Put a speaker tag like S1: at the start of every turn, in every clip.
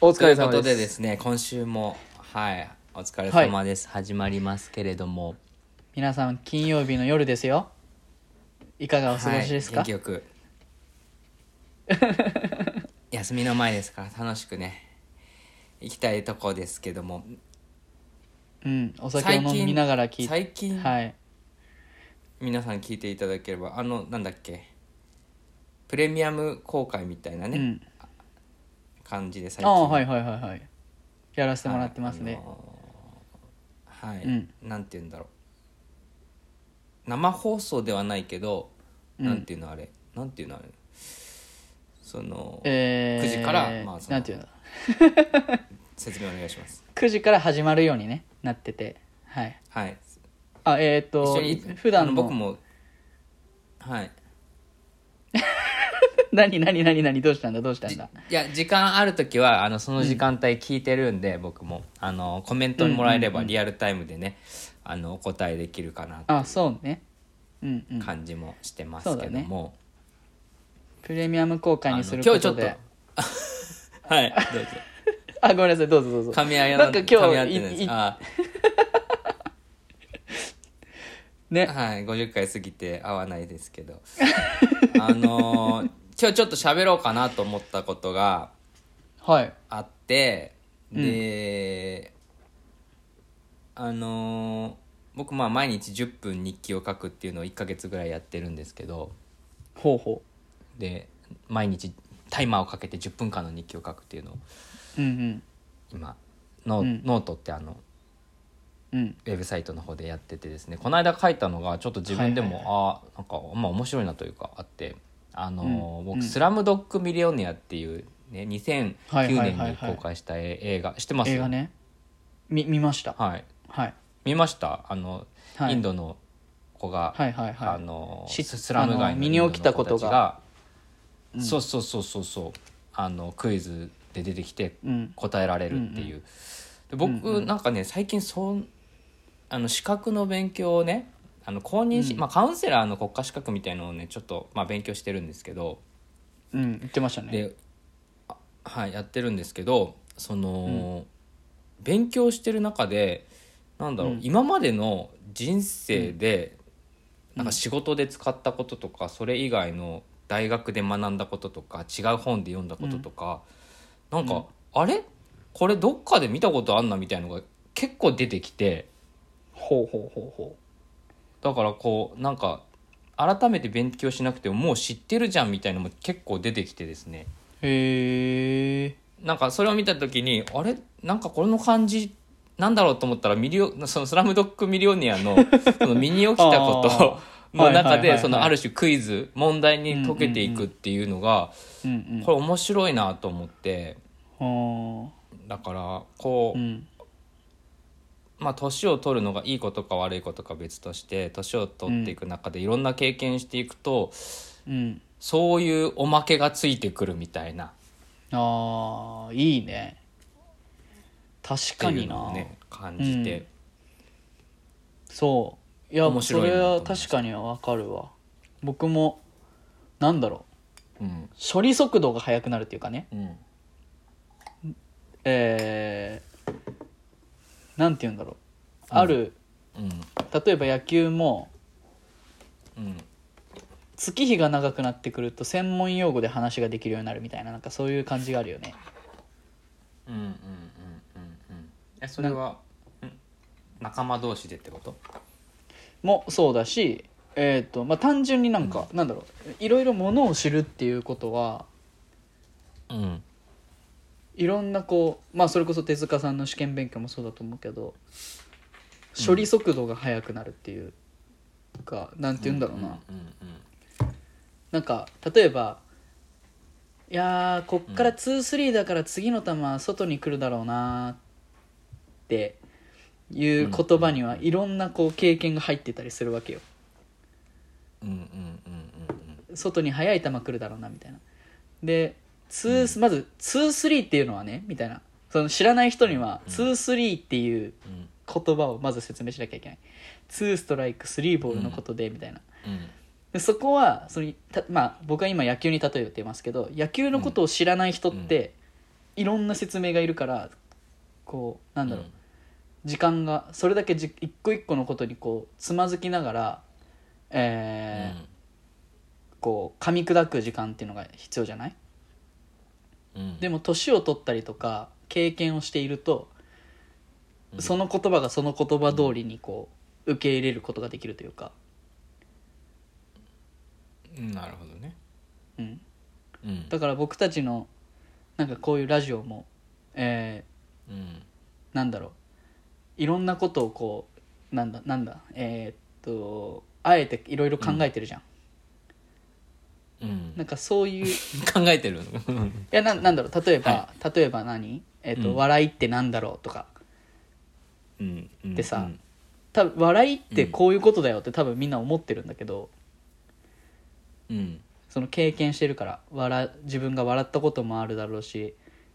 S1: お疲れ様です
S2: ということでですね今週もはいお疲れ様です、始まりますけれども
S1: 皆さん金曜日の夜ですよいかがお過ごしですか、
S2: はい、元気よ く休みの前ですから楽しくね行きたいとこですけども
S1: うんお酒を飲みながら聞いて
S2: 最近、
S1: はい
S2: 皆さん聞いていただければあのなんだっけプレミアム公開みたいなね、
S1: うん
S2: 感じで最
S1: あ
S2: 近
S1: あはいはいはいはいやらせてもらってますね、
S2: はい、あのーはい
S1: うん
S2: なんて言うんだろう生放送ではないけど、
S1: うん
S2: なんていうのあれなんていうのあれその
S1: えー、
S2: 9時からまあその
S1: なんていうの
S2: 説明お願いします
S1: 9時から始まるようにねなっててはい
S2: はい
S1: あえー、っと
S2: 一緒に
S1: 普
S2: あ
S1: 段の
S2: の僕もはい
S1: 何何何何どうしたんだどうしたん
S2: じ
S1: だ
S2: いや時間ある時はあのその時間帯聞いてるんで、僕もあのコメントもらえればリアルタイムでね、あのお答えできるかな
S1: あそうねうんうん
S2: 感じもしてま
S1: そ
S2: す
S1: うだ
S2: けど
S1: ね
S2: も、
S1: プレミアム公
S2: あ
S1: 開
S2: の
S1: に
S2: 今
S1: す
S2: 日
S1: る
S2: ちょ
S1: こ
S2: っと
S1: とで
S2: はいどうぞ
S1: あごめんなさいどうぞどうぞ
S2: 噛み合い
S1: なんか今日
S2: 噛み合ってないで
S1: いい
S2: すあ
S1: ね
S2: はい50回過ぎて合わないですけどあのー今日ちょっと喋ろうかなと思ったことが
S1: はい
S2: あってで、あのー僕まあ毎日10分日記を書くっていうのを1ヶ月ぐらいやってるんですけど
S1: ほうほ
S2: で毎日タイマーをかけて10分間の日記を書くっていうのを
S1: ううん
S2: 今ノ,、
S1: うん
S2: ノートってあの
S1: うんうん
S2: ウェブサイトの方でやっててですねこの間書いたのがちょっと自分でも、
S1: はい
S2: ああなんかまあ面白いなというかあってあのー
S1: うんう
S2: 僕「
S1: ん
S2: スラムドッグミリオネア」っていう、ね、2009
S1: はいはいはい
S2: 年に公開したえ映画知ってます
S1: 映画ねみ見ました
S2: はい
S1: はい
S2: 見ましたあの、
S1: はい
S2: インドの子が、
S1: はいはい
S2: あ
S1: は
S2: の
S1: し
S2: ススラム
S1: あ
S2: 街
S1: の
S2: の
S1: 身
S2: イン
S1: に
S2: ドの
S1: 起きたこと
S2: 子たちが、そうそうそうそうそうあのクイズで出てきて
S1: いうん
S2: 答えられるっていう、で僕、なんかね最近そんあの資格の勉強をねあの公認し、まあ、カウンセラーの国家資格みたいのをねちょっと、まあ、勉強してるんですけど
S1: うん言ってましたね
S2: で、あはい、やってるんですけどその、勉強してる中でなんだろう、
S1: うん
S2: 今までの人生で、なんか仕事で使ったこととかそれ以外の大学で学んだこととか違う本で読んだこととか、なんか、あれこれどっかで見たことあんなみたいのが結構出てきて
S1: ほうほうほうほ
S2: だからこうなんか改めて勉強しなくてももう知ってるじゃんみたいのも結構出てきてですね
S1: うへえ
S2: なんかそれを見た時にあれなんかこの感じなんだろうと思ったらミリオそのスラムドッグミリオネアのその身に起きたこ
S1: あ
S2: との
S1: はいは
S2: 中
S1: いはいは
S2: で
S1: い
S2: そのある種クイズ問題に解けていくっていうのが
S1: うんうん
S2: これ面白いなと思って
S1: ほ
S2: だからこ
S1: う
S2: う
S1: うん
S2: まあ年を取るのがいいことか悪いことか別として年を取っていく中でいろんな経験していくと
S1: うん
S2: そういうおまけがついてくるみたいな
S1: あーいいね確
S2: って
S1: か
S2: い
S1: に
S2: うのを
S1: な
S2: ね感じて。
S1: そういや
S2: 面
S1: そ
S2: 白いな
S1: れ
S2: と思い
S1: は
S2: ました
S1: 確かにわかるわ僕もなんだろ
S2: うん
S1: う処理速度が速くなるっていうかね
S2: うん
S1: えーなんて言うんだろうある、
S2: うん
S1: 例えば野球も
S2: うん
S1: 月日が長くなってくると専門用語で話ができるようになるみたいななんかそういう感じがあるよね
S2: うんうんうんうんうんえそれはん仲間同士でってこと
S1: もそうだし、えーとまあ、単純になんか、なんだろういろいろものを知るっていうことは
S2: うん
S1: いろんなこう、まあ、それこそ手塚さんの試験勉強もそうだと思うけど
S2: うん
S1: 処理速度が速くなるっていうか、なんて言うんだろうな、
S2: うんうん
S1: なんか例えばいやーこっから2-3だから次の球は外に来るだろうなーっていう言葉にはいろんなこう経験が入ってたりするわけよ
S2: うんうんうん
S1: 外に速い球来るだろうなみたいなで、2まず2-3っていうのはねみたいなその知らない人には
S2: うん
S1: 2-3っていう
S2: うんうん
S1: 言葉をまず説明しなきゃいけない2ストライク3ボールのことでみたいな、
S2: うん
S1: でそこはそのた、まあ、僕は今野球に例えてますけど野球のことを知らない人って、いろんな説明がいるからこうなんだろう、時間がそれだけじ一個一個のことにこうつまずきながら、
S2: うん
S1: えーこう噛み砕く時間っていうのが必要じゃない
S2: うん
S1: でも年を取ったりとか経験をしていると、
S2: うん
S1: その言葉がその言葉通りにこう受け入れることができるというか、
S2: うんなるほどね
S1: うん、
S2: うん
S1: だから僕たちのなんかこういうラジオも、え
S2: うん
S1: ーなんだろういろんなことをこうなんだなんだえーっとあえていろいろ考えてるじゃん、
S2: うん
S1: なんかそういうい
S2: 考えてるうん
S1: やなんなんだろう例えば、例えば何、えーっと
S2: うん
S1: 笑いってなんだろうとか
S2: うんうん
S1: でさ多分笑いってこういうことだよって多分みんな思ってるんだけど、
S2: うん
S1: その経験してるから笑自分が笑ったこともあるだろうし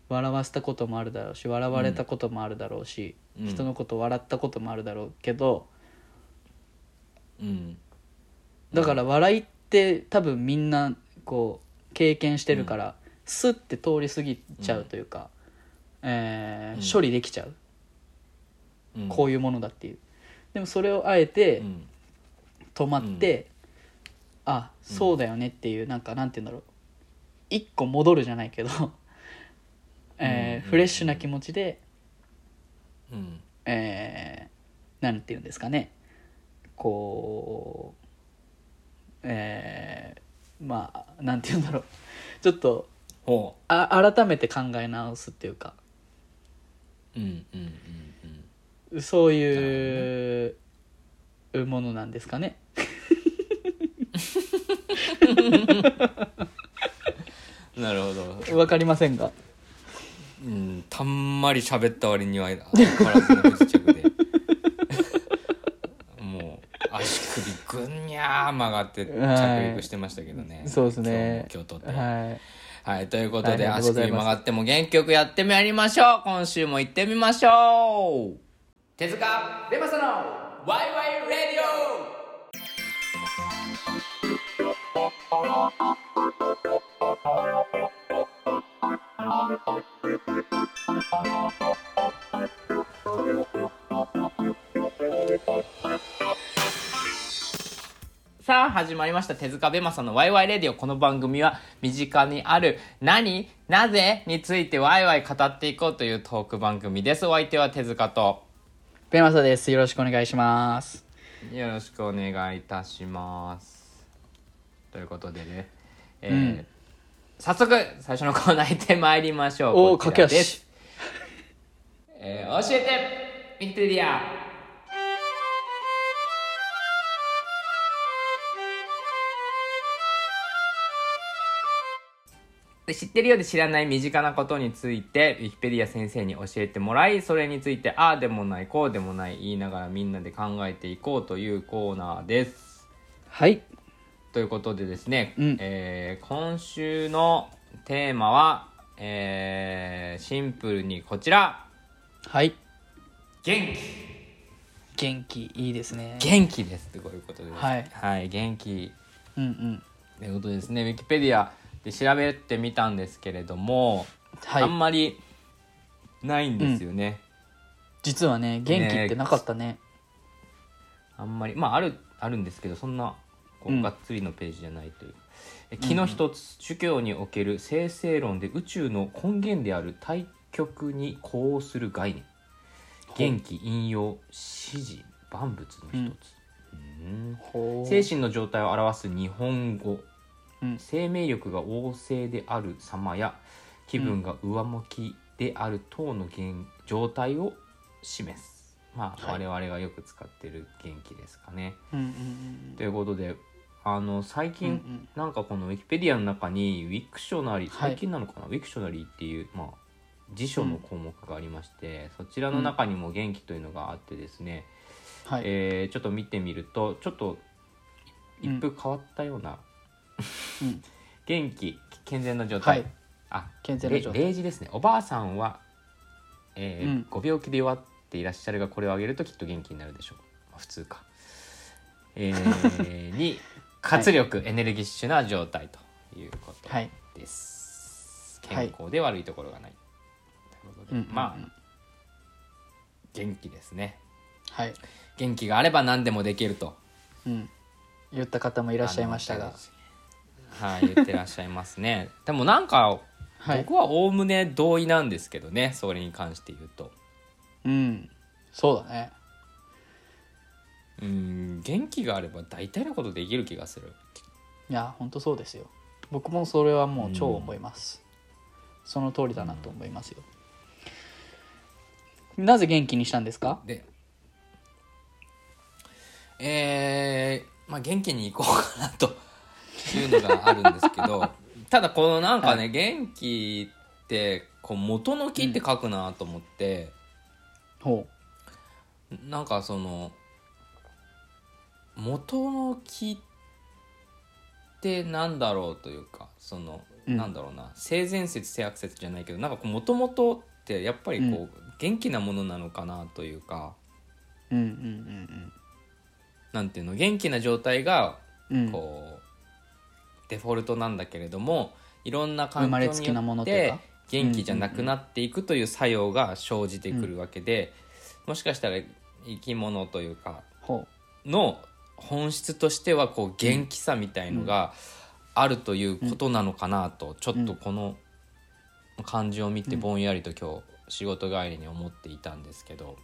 S1: 笑わせたこともあるだろうし笑われたこともあるだろうし、
S2: うん
S1: 人のこと笑ったこともあるだろうけど
S2: うん
S1: だから笑いって多分みんなこう経験してるから、スッて通り過ぎちゃうというか、えー
S2: うん
S1: 処理できちゃう、
S2: うん
S1: こういうものだっていうでもそれをあえて
S2: うん
S1: 止まって、あそうだよねっていうなんかなんて言うんだろう一個戻るじゃないけど、 えー
S2: うん
S1: フレッシュな気持ちで、
S2: うん
S1: えーなんて言うんですかねこうえーまあなんて言うんだろうちょっと
S2: ほ
S1: あ改めて考え直すっていうか
S2: ううんうんうん
S1: そういうものなんですかね。
S2: うんなるほど
S1: わかりませんが。
S2: うんたんまり喋った割には変わらずの不時着で もう足首ぐんにゃー曲がって
S1: はい
S2: 着陸してましたけどね、
S1: そうですね。
S2: 今日も今日撮って
S1: はい。
S2: はい、ということで、
S1: はいありがと
S2: 足
S1: うござ
S2: 首
S1: います
S2: 曲がっても元気よくやってまいりましょう今週も行ってみましょう手塚レマサのワイワイレディオさあ始まりました手塚ベマさんのワイワイレディオこの番組は身近にある何なぜについてワイワイ語っていこうというトーク番組ですお相手は手塚と
S1: ペマサです。よろしくお願いします。
S2: よろしくお願いいたします。ということでね、えー
S1: うん
S2: 早速最初のコーナー行ってまいりましょう。
S1: おお、
S2: こ
S1: 駆
S2: ち
S1: け
S2: らで
S1: 足
S2: す。。えー教えてミテリアで知ってるようで知らない身近なことについてウィキペディア先生に教えてもらいそれについてああでもないこうでもない言いながらみんなで考えていこうというコーナーです。
S1: はい。
S2: ということでですね、
S1: うん
S2: えー今週のテーマは、えーシンプルにこちら
S1: はい。
S2: 元
S1: 元気いいですね
S2: 気。元気ですということです
S1: はい
S2: 元気
S1: うんうん。
S2: ということですねウィキペディアで調べてみたんですけれども、
S1: はい
S2: あんまりないんですよね、
S1: 実はね、元気ってなかったね。
S2: あんまりまああるあるんですけどそんなこ
S1: うん
S2: うがっつりのページじゃないという、え気の一つ儒教における生成論で宇宙の根源である対極に呼応する概念元気引用指示万物の一つ、うん
S1: ほう
S2: 精神の状態を表す日本語、
S1: うん
S2: 生命力が旺盛である様や気分が上向きである等の現状態を示すまあ、
S1: は
S2: 我
S1: い
S2: 々がよく使ってる元気ですかね。
S1: うんうんうん
S2: ということであの最
S1: うん。うん
S2: 近、
S1: うん。
S2: なんかこのウィキペディアの中にウィクショナリー
S1: はい
S2: 最近なのかな、ウィクショナリーっていう、まあ、辞書の項目がありまして、そちらの中にも元気というのがあってですね、
S1: はい。
S2: えーちょっと見てみるとちょっと一風変わったような、
S1: うん
S2: 元気健全な状態、
S1: はい
S2: あ
S1: 健全な状態
S2: れ例示ですねおばあさんは、えー
S1: うん
S2: ご病気で弱っていらっしゃるがこれをあげるときっと元気になるでしょう、まあ普通か、えー に活力、エネルギッシュな状態ということ
S1: はい。
S2: です
S1: はい
S2: 健康で悪いところがない、で、
S1: うん
S2: まあ元気ですね
S1: はい、
S2: 元気があれば何でもできると
S1: うん、言った方もい
S2: い
S1: らっしゃいましたが
S2: はい言ってらっしゃいますねでもなんか
S1: はい
S2: 僕はおおむね同意なんですけどねそれに関して言うと
S1: うんそうだね
S2: うん元気があれば大体のことできる気がする
S1: いや本当そうですよ僕もそれはもう超思います、その通りだなと思いますよ、なぜ元気にしたんですか
S2: でえーまあ元気に行こうかなというのがあるんですけ どただこのなんかね、元気ってこう元の木って書くなと思って、
S1: ほ
S2: なんかその元の木ってなんだろうというかその、
S1: うん
S2: なんだろうな性善説性悪説じゃないけどなんかこう元々ってやっぱりこう、
S1: う
S2: 元気なものなのかなというか
S1: ううんうん
S2: なんていうの元気な状態が
S1: うんうんうん
S2: こう、デフォルトなんだけれどもいろんな環
S1: 生まれつ
S2: 境
S1: きな
S2: に
S1: も
S2: よ
S1: の
S2: っ
S1: という
S2: て
S1: か
S2: 元気じゃなくなっていくという作用が生じてくるわけで、もしかしたら生き物というか
S1: ほ
S2: の本質としてはこう元気さみたいのがあるということなのかなとちょっとこの漢字を見てぼんやりと今日仕事帰りに思っていたんですけど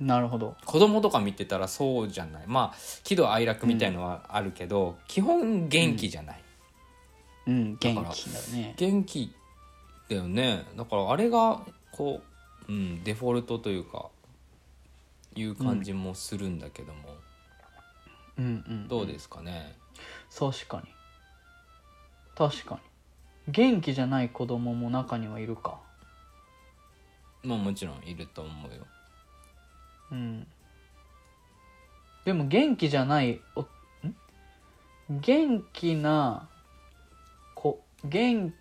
S1: うなるほど
S2: 子供とか見てたらそうじゃないまあ喜怒哀楽みたいのはあるけど基本元気じゃない
S1: うん
S2: だ
S1: 元
S2: から
S1: 気だね
S2: 元気だよねだからあれがこう、うん、デフォルトというかいう感じもするんだけども
S1: うんうん
S2: どうですかね
S1: 確かに確かに元気じゃない子供も中にはいるか
S2: まあもちろんいると思うよ
S1: うんでも元気じゃないおん元気な子元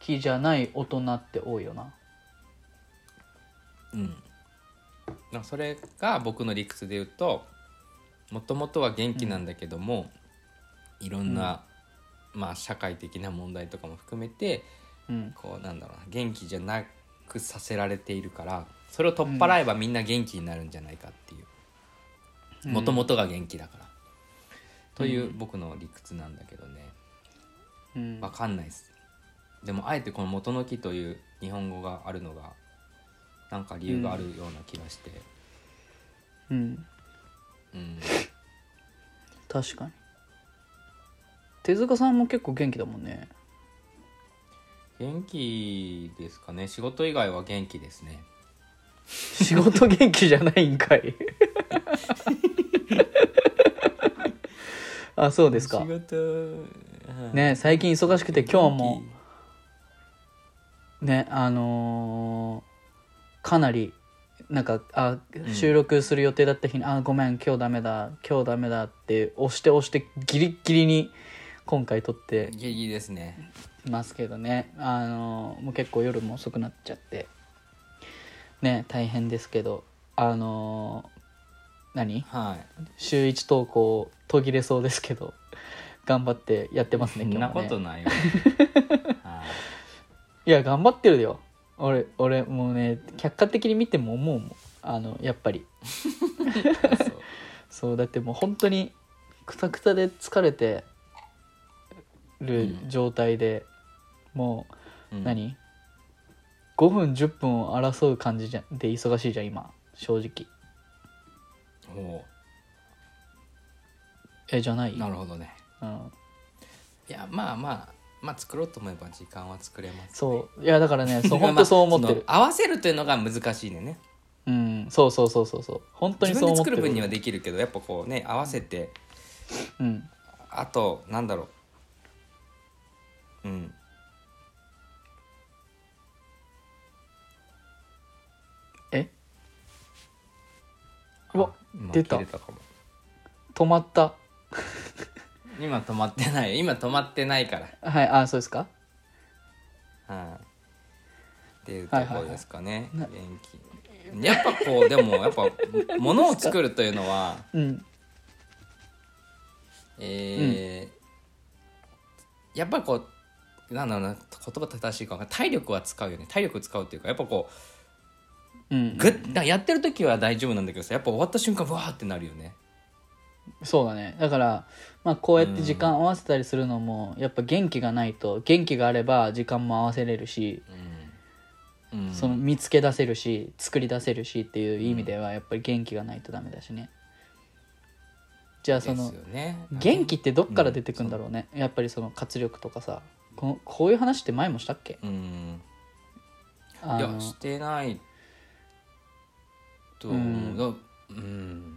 S1: 気じゃない大人って多いよな
S2: うん、なんかそれが僕の理屈で言うともともとは元気なんだけども、いろんな、まあ、社会的な問題とかも含めて
S1: うん
S2: こうなんだろうな元気じゃなくさせられているからそれを取っ払えばみんな元気になるんじゃないかっていうもともとが元気だから、という僕の理屈なんだけどね
S1: うん
S2: わかんないですでもあえてこの「元の木」という日本語があるのがなんか理由があるような気がして。
S1: うん
S2: うん
S1: 確かに手塚さんも結構元気だも んね
S2: 元気ですかね仕事以外は元気ですね
S1: 仕事元気じゃないん かいあそうですか
S2: 仕事
S1: ね最近忙しくて今日もねあのーかなりなんかあ
S2: ん
S1: 収録する予定だった日に「あごめん今日ダメだ今日ダメだ」って押して押してギリッギリに今回撮って
S2: 元気いいですね
S1: ますけどねあのーもう結構夜も遅くなっちゃってね大変ですけどあのー何
S2: はい
S1: 週1投稿途切れそうですけど頑張ってやってます
S2: そ
S1: ね
S2: ん
S1: 今
S2: な
S1: 日も
S2: こ
S1: ね
S2: とないよ はい
S1: いや頑張ってるよ俺俺もうね客観的に見ても思うもんあのやっぱり
S2: あそう
S1: そうだってもう本当にくたくたで疲れてる状態で、も
S2: う
S1: うん何、5分10分を争う感じじゃんで忙しいじゃん今正直
S2: ほ
S1: えじゃないう
S2: なるほどね
S1: うん、
S2: いやまあまあまあ作ろうと思えば時間は作れます
S1: そういやだからねそう
S2: まあ
S1: 本当そう思って
S2: その
S1: る、
S2: 合わせるというのが難しいねね
S1: うんそうそうそうそうそう本当に
S2: 自
S1: そう
S2: 分で
S1: 思っ
S2: 作
S1: てる
S2: る分にはできるけどやっぱこうね合わせて
S1: うん
S2: あとなんだろううん
S1: えうわ
S2: 今
S1: 出た
S2: 切れかも
S1: 止まった
S2: 今止まってない今止まってないから
S1: はいあそうですか
S2: はいっていうと
S1: はいはいはい
S2: ころですかね、元気やっぱこうでもやっぱ物を作るというのは
S1: うん
S2: えーやっぱこうなんだろうな言葉正しいか分かんない体力は使うよね体力使うっていうかやっぱこ
S1: うん
S2: うぐっなんかやってる時は大丈夫なんだけどさやっぱ終わった瞬間わーってなるよね
S1: そうだねだから、まあ、こうやって時間合わせたりするのも、やっぱ元気がないと元気があれば時間も合わせれるし、
S2: うん、うん、
S1: その見つけ出せるし作り出せるしっていう意味ではやっぱり元気がないとダメだしねじゃあその、
S2: ですよね
S1: 元気ってどっから出てくんだろうね、やっぱりその活力とかさここういう話って前もしたっけ
S2: うん
S1: あ
S2: い
S1: の
S2: やしてないと思うだうん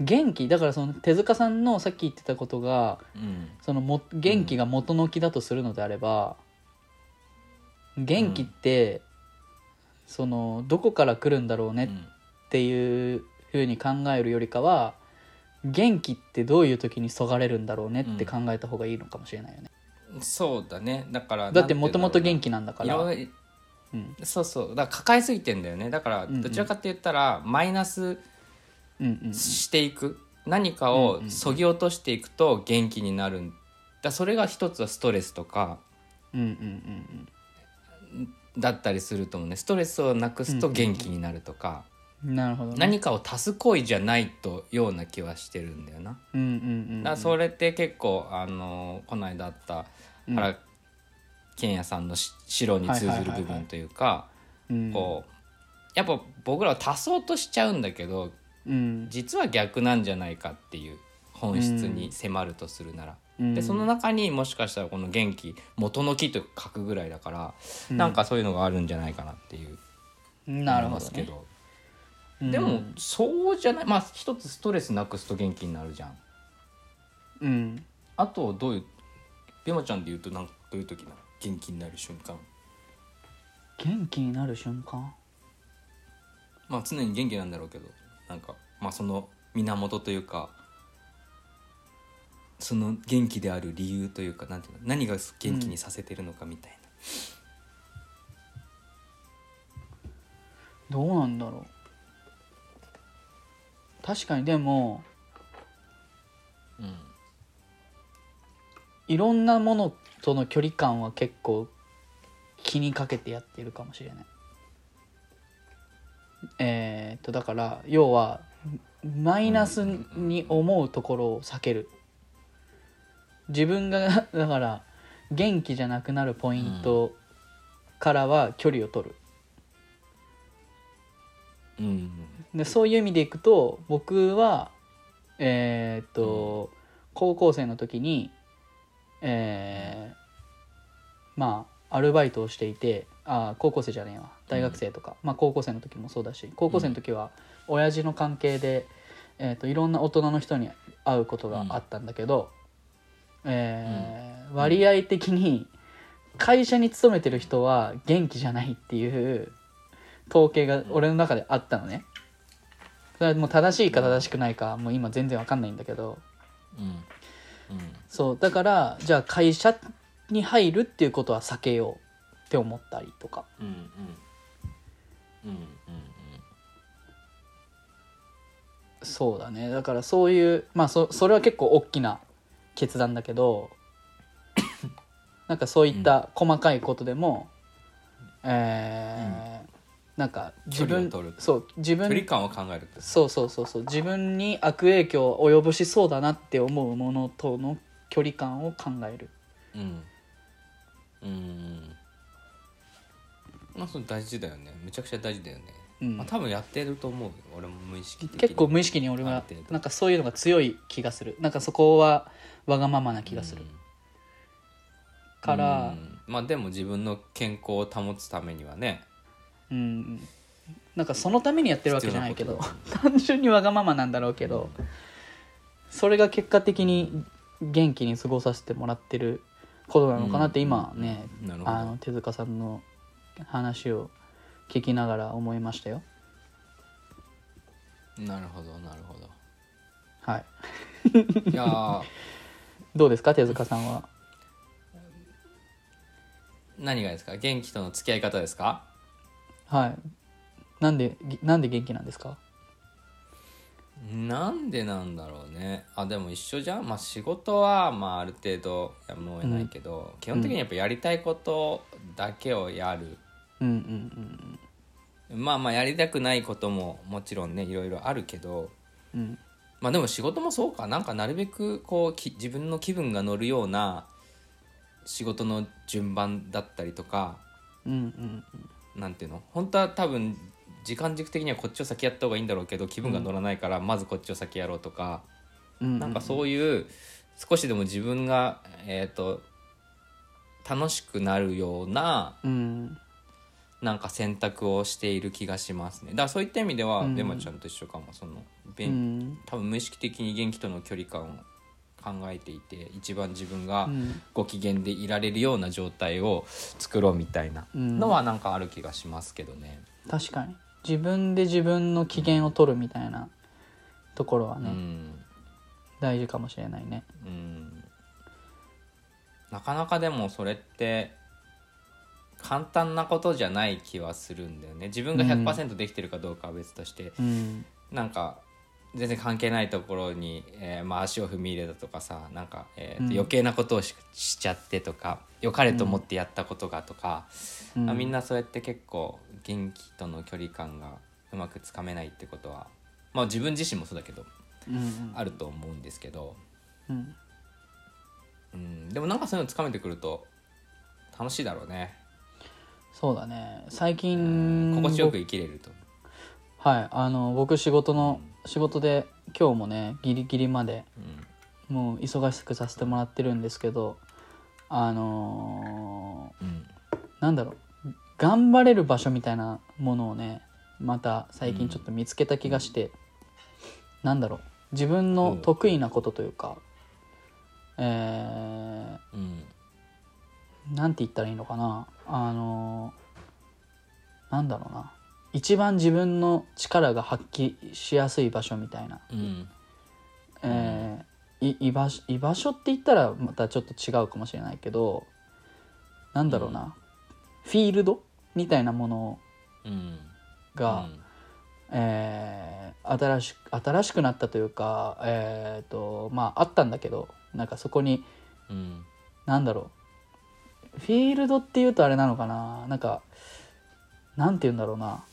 S1: 元気だからその手塚さんのさっき言ってたことが
S2: うん
S1: そのも元気が元の気だとするのであれば、元気って、そのどこから来るんだろうね
S2: うん
S1: っていうふうに考えるよりかは元気ってどういう時にそがれるんだろうねって考えた方がいいのかもしれないよね、
S2: そうだねだから
S1: だってもともと元
S2: 気
S1: 気なんだか
S2: い
S1: ら
S2: ろ
S1: う
S2: い
S1: ん
S2: そうそうだから抱えすぎてんだよねだから
S1: んうん
S2: どちらかって言ったらマイナス
S1: うんうん
S2: していく何かをそぎ落としていくと元気になるんだそれが一つはストレスとか
S1: うんうんうん
S2: だったりすると思うねストレスをなくすと元気になるとか
S1: うんなるほど、ね、
S2: 何かを足す行為じゃないとような気はしてるんだよな
S1: うんうんうん
S2: だからそれって結構あのこの間あった原健也さんのし白に通ずる部分というか
S1: うん
S2: こうやっぱ僕らは足そうとしちゃうんだけど
S1: うん
S2: 実は逆なんじゃないかっていう本質に迫るとするなら、
S1: うん
S2: でその中にもしかしたらこの元気元の木と書くぐらいだから、なんかそういうのがあるんじゃないかなっていう
S1: なる
S2: 思
S1: ほ
S2: いま
S1: ど、
S2: すけ
S1: ね
S2: ど、
S1: うん
S2: でもそうじゃないまあ一つストレスなくすと元気になるじゃん
S1: うん
S2: あとどういうベマちゃんで言うとなんどういう時なの元気になる瞬間
S1: 元気になる瞬間
S2: まあ常に元気なんだろうけどなんかまあその源というかその元気である理由というかなんていうの何が元気にさせてるのかみたいな、
S1: どうなんだろう確かにでも、
S2: うん
S1: いろんなものとの距離感は結構気にかけてやってるかもしれないえーっとだから要はマイナスに思うところを避ける自分がだから元気じゃなくなるポイントからは距離を取る
S2: うん
S1: でそういう意味でいくと僕はえーっと、高校生の時にえーまあアルバイトをしていてあー高校生じゃねえわ大学生とか、まあ、高校生の時もそうだし高校生の時は親父の関係で、えーっといろんな大人の人に会うことがあったんだけど、えー割合的に会社に勤めてる人は元気じゃないっていう統計が俺の中であったのね。それはもう正しいか正しくないかもう今全然わかんないんだけど
S2: うんうん
S1: そうだからじゃあ会社に入るっていうことは避けようって思ったりとか
S2: うんうんうんうん
S1: そうだねだからそういうまあそそれは結構大きな決断だけどなんかそういった細かいことでも、えーなんか自分
S2: 距離を取る
S1: そう自
S2: 距離
S1: 分
S2: 感を考えるって
S1: そうそうそうそう自分に悪影響を及ぼしそうだなって思うものとの距離感を考える
S2: うんうんまあそれ大事だよねめちゃくちゃ大事だよね、
S1: うん
S2: まあ、多分やってると思うよ俺も無意識的に
S1: 結構無意識に俺
S2: ある
S1: は
S2: 程度
S1: なんかそういうのが強い気がするなんかそこはわがままな気がする、
S2: うん
S1: から
S2: うんまあでも自分の健康を保つためにはね
S1: うん、なんかそのためにやってるわけじゃないけど
S2: 必
S1: 単純にわがままなんだろうけど、それが結果的に元気に過ごさせてもらってることなのかなって今ね、
S2: なるほど
S1: あの手塚さんの話を聞きながら思いましたよ
S2: なるほどなるほど
S1: はい
S2: いやー
S1: どうですか手塚さんは
S2: 何がですか元気との付き合い方ですか
S1: はいなんでなんで元気なんですか
S2: なんでなんだろうねあでも一緒じゃん、まあ、仕事は、まあ、ある程度やむを得ないけど、基本的にやっぱやりたいことだけをやる、
S1: うんうん
S2: まあまあやりたくないことももちろんねいろいろあるけど
S1: うんうん
S2: まあでも仕事もそうかなんかなるべくこうき自分の気分が乗るような仕事の順番だったりとか
S1: うんうん
S2: なんていうの本当は多分時間軸的にはこっちを先やった方がいいんだろうけど気分が乗らないからまずこっちを先やろうとか、
S1: うん
S2: なんかそういう少しでも自分がえっ、と楽しくなるような
S1: うん
S2: なんか選択をしている気がしますねだからそういった意味では、
S1: うん
S2: デマちゃんと一緒かもその、
S1: う
S2: べん
S1: ん
S2: 多分無意識的に元気との距離感を考えていて一番自分が
S1: うん
S2: ご機嫌でいられるような状態を作ろうみたいな
S1: うん
S2: のはなんかある気がしますけどね。
S1: 確かに自分で自分の機嫌を取るみたいなところは
S2: う
S1: ね、
S2: ん
S1: 大事かもしれないね
S2: うんなかなかでもそれって簡単なことじゃない気はするんだよね自分が100%できてるかどうかは別として、
S1: うん
S2: なんか全然関係ないところに、えーまあ、足を踏み入れたとかさなんか、えーと
S1: うん
S2: 余計なことをししちゃってとか良かれと思ってやったことがとか、
S1: うん
S2: あみんなそうやって結構元気との距離感がうまくつかめないってことは、まあ、自分自身もそうだけど
S1: うんうん
S2: あると思うんですけど、
S1: うん
S2: うん、でもなんかそういうのつかめてくると楽しいだろうね、
S1: そうだね最
S2: うん
S1: 近
S2: 心地よく生きれると思
S1: はいあの僕仕事の仕事で今日もねギリギリまで
S2: う、うん
S1: もう忙しくさせてもらってるんですけどあの
S2: うん
S1: ーなんだろう頑張れる場所みたいなものをねまた最近ちょっと見つけた気がして、なんだろう自分
S2: う
S1: の
S2: ん
S1: 得意なことというか、え
S2: うん
S1: ーなんて言ったらいいのかなあのーなんだろうな一番自分の力が発揮しやすい場所みたいな
S2: うん
S1: えーい居場所居場所って言ったらまたちょっと違うかもしれないけどなんだろうな、フィールドみたいなもの
S2: うん
S1: が、えー新しく新しくなったというか、えーとまあ、あったんだけどなんかそこに
S2: うん
S1: なんだろうフィールドっていうとあれなのかななんかなんて言うんだろうな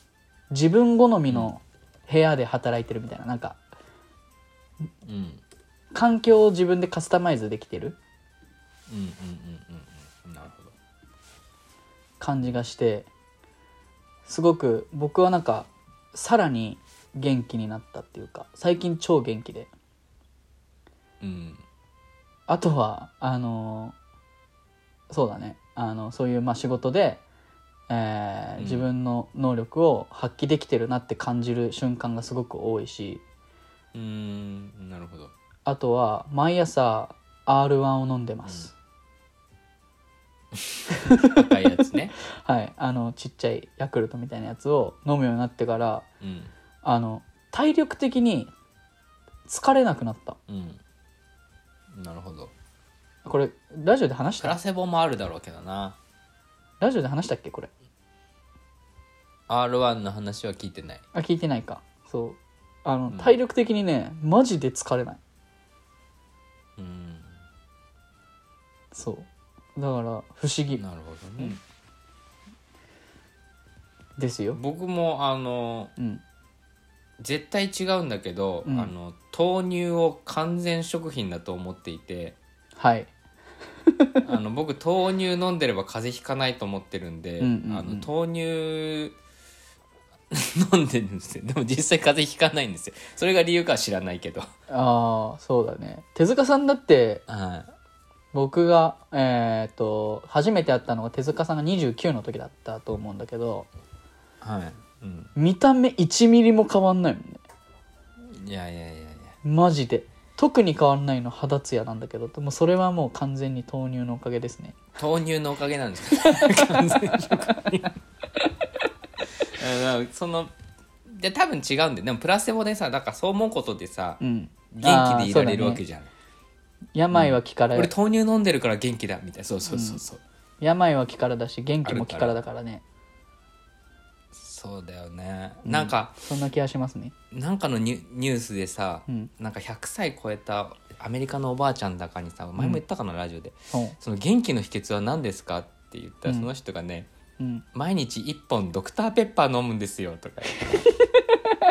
S1: 自分好みの部屋で働いてるみたいななんか
S2: うんうん
S1: 環境を自分でカスタマイズできてる
S2: うんうんうんうんうんなるほど
S1: 感じがしてすごく僕はなんかさらに元気になったっていうか最近超元気で
S2: うん
S1: あとはあのーそうだねあのそういうまあ仕事で、えー
S2: うん
S1: 自分の能力を発揮できてるなって感じる瞬間がすごく多いし
S2: うーんなるほど
S1: あとは毎朝 R1 を飲んでます、
S2: 赤いやつね
S1: はいあのちっちゃいヤクルトみたいなやつを飲むようになってから
S2: うん
S1: あの体力的に疲れなくなった
S2: うんなるほど
S1: これラジオで話し
S2: プラ
S1: た
S2: セボもあるだろうけどな
S1: ラジオで話したっけこれ
S2: R1 の話は聞いてない
S1: あ聞いてないかそうあの、
S2: ん
S1: 体力的にねマジで疲れない
S2: うん
S1: そうだから不思議
S2: なるほどね、
S1: ですよ
S2: 僕もあの
S1: うん
S2: 絶対違うんだけど、
S1: うん
S2: あの豆乳を完全食品だと思っていて
S1: はい
S2: あの僕豆乳飲んでれば風邪ひかないと思ってるんで、
S1: うんうんうん
S2: あの豆乳飲んでるんですよでも実際風邪ひかないんですよそれが理由かは知らないけど、
S1: ああそうだね手塚さんだって
S2: は
S1: 僕がえっ、と初めて会ったのが手塚さんが29の時だったと思うんだけど
S2: い、はいうん、
S1: 見た目1ミリも変わんないもんね
S2: いやいやいやいや
S1: マジで特に変わんないの肌ツヤなんだけどもうそれはもう完全に豆乳のおかげですね
S2: 豆乳のおかげなん ですか完全に食品あの そので多分違うんででもプラセボでさだからそう思うことでさ、
S1: うん
S2: 元気でいられる
S1: あーそうだね
S2: わけじゃん、
S1: 病は気から、
S2: 俺豆乳飲んでるから元気だみたいなそうそうそうそう、
S1: 病は気からだし元気も気からだからね
S2: そうだよね、
S1: うん
S2: なんか
S1: そんな気がしますね
S2: なんかのニュニュースでさ、
S1: うん
S2: なんか100歳超えたアメリカのおばあちゃんだかにさ前も言ったかな、ラジオで
S1: ほ
S2: その元気の秘訣は何ですかって言ったら
S1: うん
S2: その人がね、
S1: ううん
S2: 毎日1本ドクターペッパー飲むんですよとか言って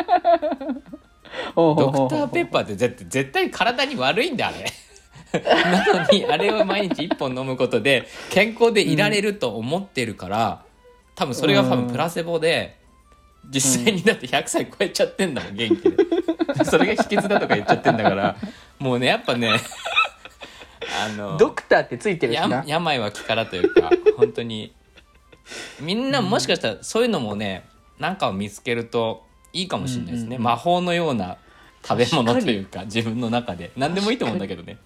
S2: ド
S1: ほうほうほうほう
S2: クターペッパーって絶対絶対体に悪いんだあれ なのにあれを毎日1本飲むことで健康でいられると思ってるから、多分それが多分プラセボで実際にだって100歳超えちゃってんだもん元気でそれが秘訣だとか言っちゃってんだからもうねやっぱねあの
S1: ドクターってついてるし
S2: や
S1: な
S2: 病は気からという か本当にみんなもしかしたらそういうのもね何かを見つけるといいかもしれないですね、
S1: うんうんうん
S2: 魔法のような食べ物
S1: 確かに
S2: というか自分の中で何でもいいと思うんだけどね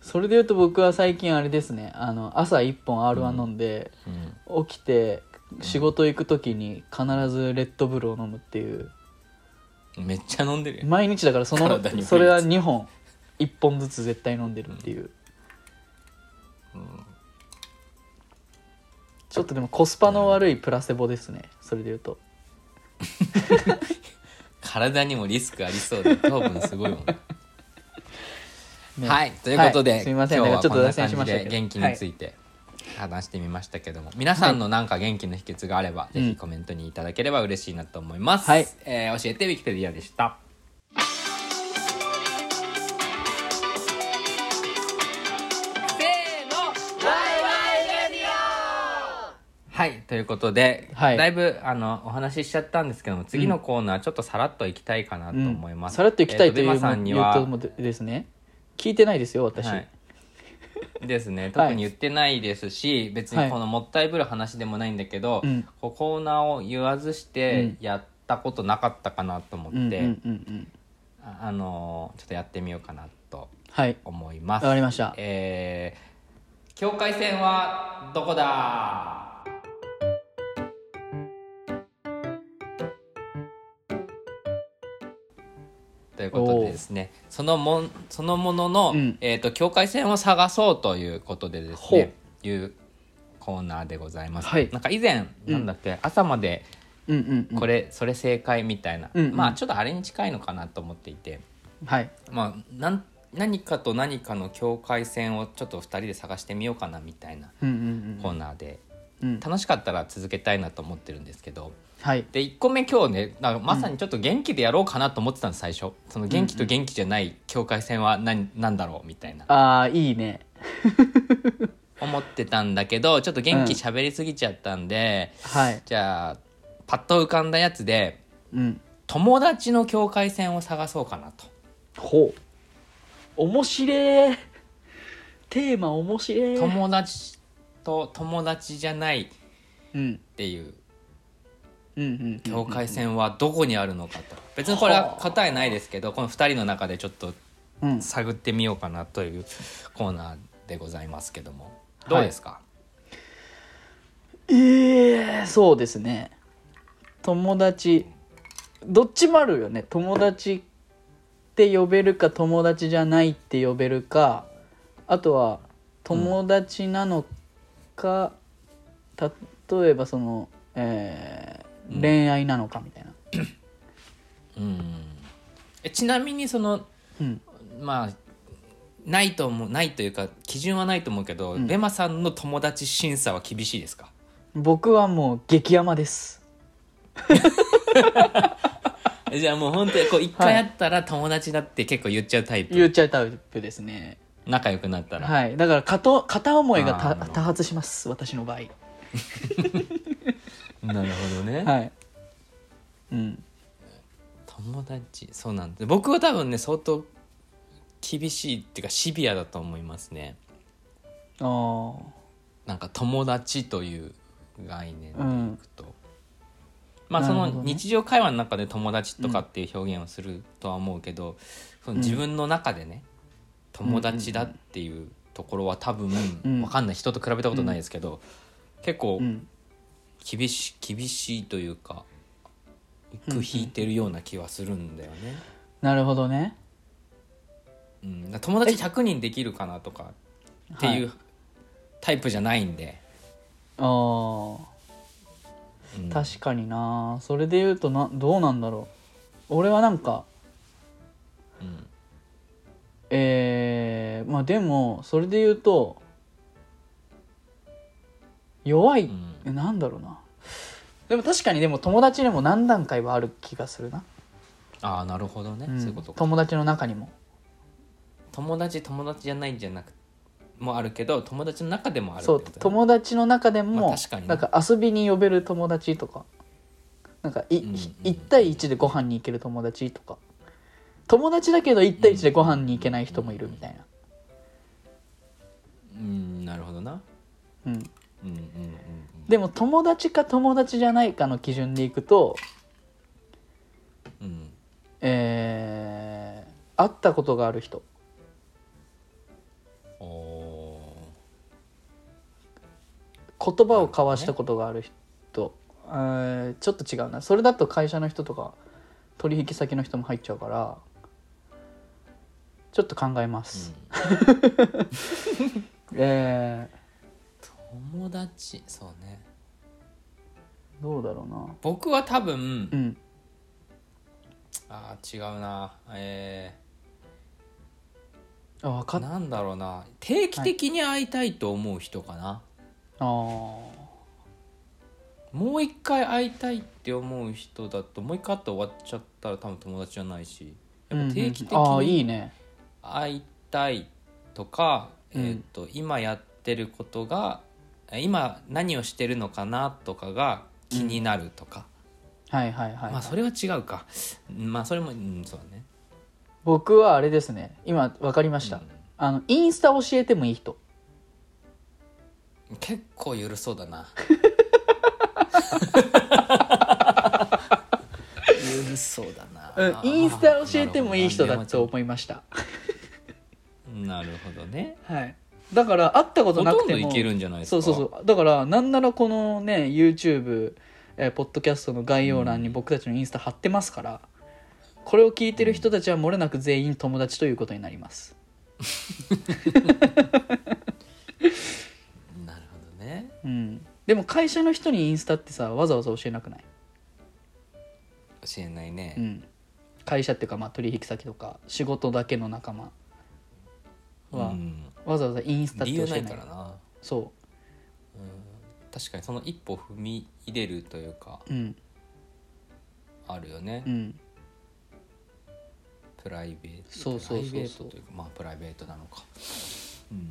S1: それで言うと僕は最近あれですねあの朝1本 R1 飲んで、
S2: うん
S1: 起きて仕事行く時に必ずレッドブルを飲むっていう
S2: めっちゃ飲んでるよ
S1: 毎日だからその
S2: 体にもいい
S1: それは2本1本ずつ絶対飲んでるっていう、ちょっとでもコスパの悪いプラセボですねそれで言うと
S2: 体にもリスクありそうで糖分すごいもん、
S1: ね
S2: はいということで、
S1: はいすみ
S2: 今
S1: ませ
S2: 日
S1: ん
S2: はこ
S1: ちょっ
S2: とんな
S1: 脱線
S2: 感
S1: し
S2: じ
S1: ましたけ
S2: で
S1: ど
S2: 元気について話してみましたけども、皆さんのなんか元気の秘訣があれば、ぜひコメントにいただければ嬉しいなと思います、
S1: はい
S2: えー教えてウィキペディアでしたはいということで、
S1: はい
S2: だいぶあのお話ししちゃったんですけども次のコーナーちょっとさらっといきたいかなと思います、
S1: さらっと行きたいとい
S2: えーと
S1: う
S2: デマさんには
S1: 言うともですね聞いてないですよ私、
S2: はい、 ですね特に言ってないですし、別にこのもったいぶる話でもないんだけど、
S1: うん
S2: こうコーナーを言わずしてやったことなかったかなと思って、
S1: うんうんうんうん
S2: ああのーちょっとやってみようかなと
S1: はい
S2: 思いま
S1: わ
S2: す。
S1: かりました
S2: えー境界線はどこだということでですねそのもんそのものの、
S1: うん
S2: えー、と境界線を探そうということでです
S1: ほ
S2: ねいうコーナーでございます、
S1: はい
S2: なんか以前なんだっけ、朝まで
S1: うんうんうん
S2: これ、それ正解みたいな、
S1: うんうん
S2: まあちょっとあれに近いのかなと思っていて、
S1: はい
S2: まあ、なん何かと何かの境界線をちょっと2人で探してみようかなみたいな
S1: うん
S2: コーナーで、
S1: うんうんうん
S2: 楽しかったら続けたいなと思ってるんですけど
S1: はい
S2: で1個目今日ねなんかまさにちょっと元気でやろうかなと思ってたんです最初その元気と元気じゃない境界線は何何だろうみたいな
S1: ああいいね
S2: 思ってたんだけどちょっと元気喋りすぎちゃったんで、
S1: はい
S2: じゃあパッと浮かんだやつで
S1: うん
S2: 友達の境界線を探そうかなと。
S1: ほう面白えテーマ面白え
S2: 友達と友達じゃないっ
S1: うん
S2: ていう
S1: うんうん
S2: 境界線はどこにあるのかと別にこれは答えないですけどこの2人の中でちょっと
S1: うん
S2: 探ってみようかなというコーナーでございますけどもどうですか、
S1: ええそうですね友達どっちもあるよね友達って呼べるか友達じゃないって呼べるかあとは友達なのか、例えばその、えー
S2: うん
S1: 恋愛なのかみたいな、
S2: うんえちなみにその
S1: うん、
S2: まあないと思うないというか基準はないと思うけど、
S1: ん
S2: レマさんの友達審査は厳しいですか
S1: 僕はもう激ヤマです
S2: え じゃあもう本当にこう一回会ったら友達だって結構言っちゃうタイプ、
S1: 言っちゃうタイプですね
S2: 仲良くなったら、
S1: はいだから片片思いが
S2: あ
S1: た
S2: ーなるほど
S1: 多発します私の場合
S2: なるほどね、
S1: はいうん
S2: 友達そうなんです僕は多分ね相当厳しいっていうかシビアだと思いますね
S1: ああ
S2: なんか友達という概念でいくと、まあ
S1: な
S2: そ
S1: るほどね
S2: の日常会話の中で友達とかっていう表現をするとは思うけど、その自分の中でね友達だっていうところは多分、
S1: うん
S2: わかんない人と比べたことないですけど、結構
S1: うん
S2: 厳しい厳しいというかく引いてるような気はするんだよね。
S1: なるほどね
S2: うん、友達100人できるかなとかっていうタイプじゃないんで、
S1: ああ、
S2: うん
S1: 確かになそれで言うとなどうなんだろう俺はなんか
S2: うん
S1: えー、まあでもそれで言うと弱い、
S2: うん
S1: えなんだろうなでも確かにでも友達でも何段階はある気がするな、
S2: ああなるほどね、
S1: うん
S2: そういうことか
S1: 友達の中にも
S2: 友達友達じゃないんじゃなくもあるけど友達の中でもあるって
S1: そ
S2: こ
S1: う
S2: とね
S1: 友達の中でも、
S2: まあ確かにね
S1: なんか遊びに呼べる友達とかなんかい、
S2: うんうんうん
S1: 1対1でご飯に行ける友達とか友達だけど1対1でご飯に行けない人もいるみたいな、
S2: うんなるほどな
S1: うん、
S2: うんうんうん
S1: でも友達か友達じゃないかの基準でいくと
S2: うんうん
S1: えー会ったことがある人
S2: おお
S1: 言葉を交わしたことがある人、えーちょっと違うなそれだと会社の人とか取引先の人も入っちゃうからちょっと考えます、え
S2: ー友達そうね
S1: ーどうだろうな
S2: 僕は多分
S1: うん
S2: あー違うなえ
S1: あ分か
S2: ー、
S1: った
S2: なんだろうな定期的に会いたいと思う人かな、
S1: あー
S2: もう一回会いたいって思う人だともう一回会って終わっちゃったら多分友達じゃないしやっぱ定期的
S1: うんうんあー
S2: に
S1: いいね
S2: 会いたいとか、
S1: うん
S2: えー、と今やってることがえ今何をしてるのかなとかが気になるとか、
S1: はいはいはい、
S2: まあそれは違うかうんまあそれも、うん、そうだね
S1: 僕はあれですね今分かりました、
S2: うん
S1: あのインスタ教えてもいい人
S2: 結構緩そうだな緩そうだ
S1: うん
S2: な、
S1: インスタ教えてもいい人だと思いました
S2: なるほどね
S1: はいだから会ったこ
S2: ほ
S1: と
S2: と
S1: なく
S2: ん
S1: て
S2: ど
S1: も
S2: いけるんじゃないですか
S1: そうそうそうだからなんならこのね YouTube、えーポッドキャストの概要欄に僕たちのインスタ貼ってますから、これを聞いてる人たちはもれなく全員友達ということになります
S2: なるほどね
S1: うんでも会社の人にインスタってさわざわざ教えなくない、
S2: 教えないね、
S1: うん、会社っていうかまあ取引先とか仕事だけの仲間は、
S2: うん
S1: わざわざインスタって
S2: 理
S1: 教え
S2: 由な
S1: な
S2: いいからな
S1: そ
S2: 確かにその一歩踏み入れるというか
S1: ううん
S2: あるよね、
S1: うん
S2: プライベート
S1: そうそうそうそう
S2: プライベートというかまあプライベートなのかうん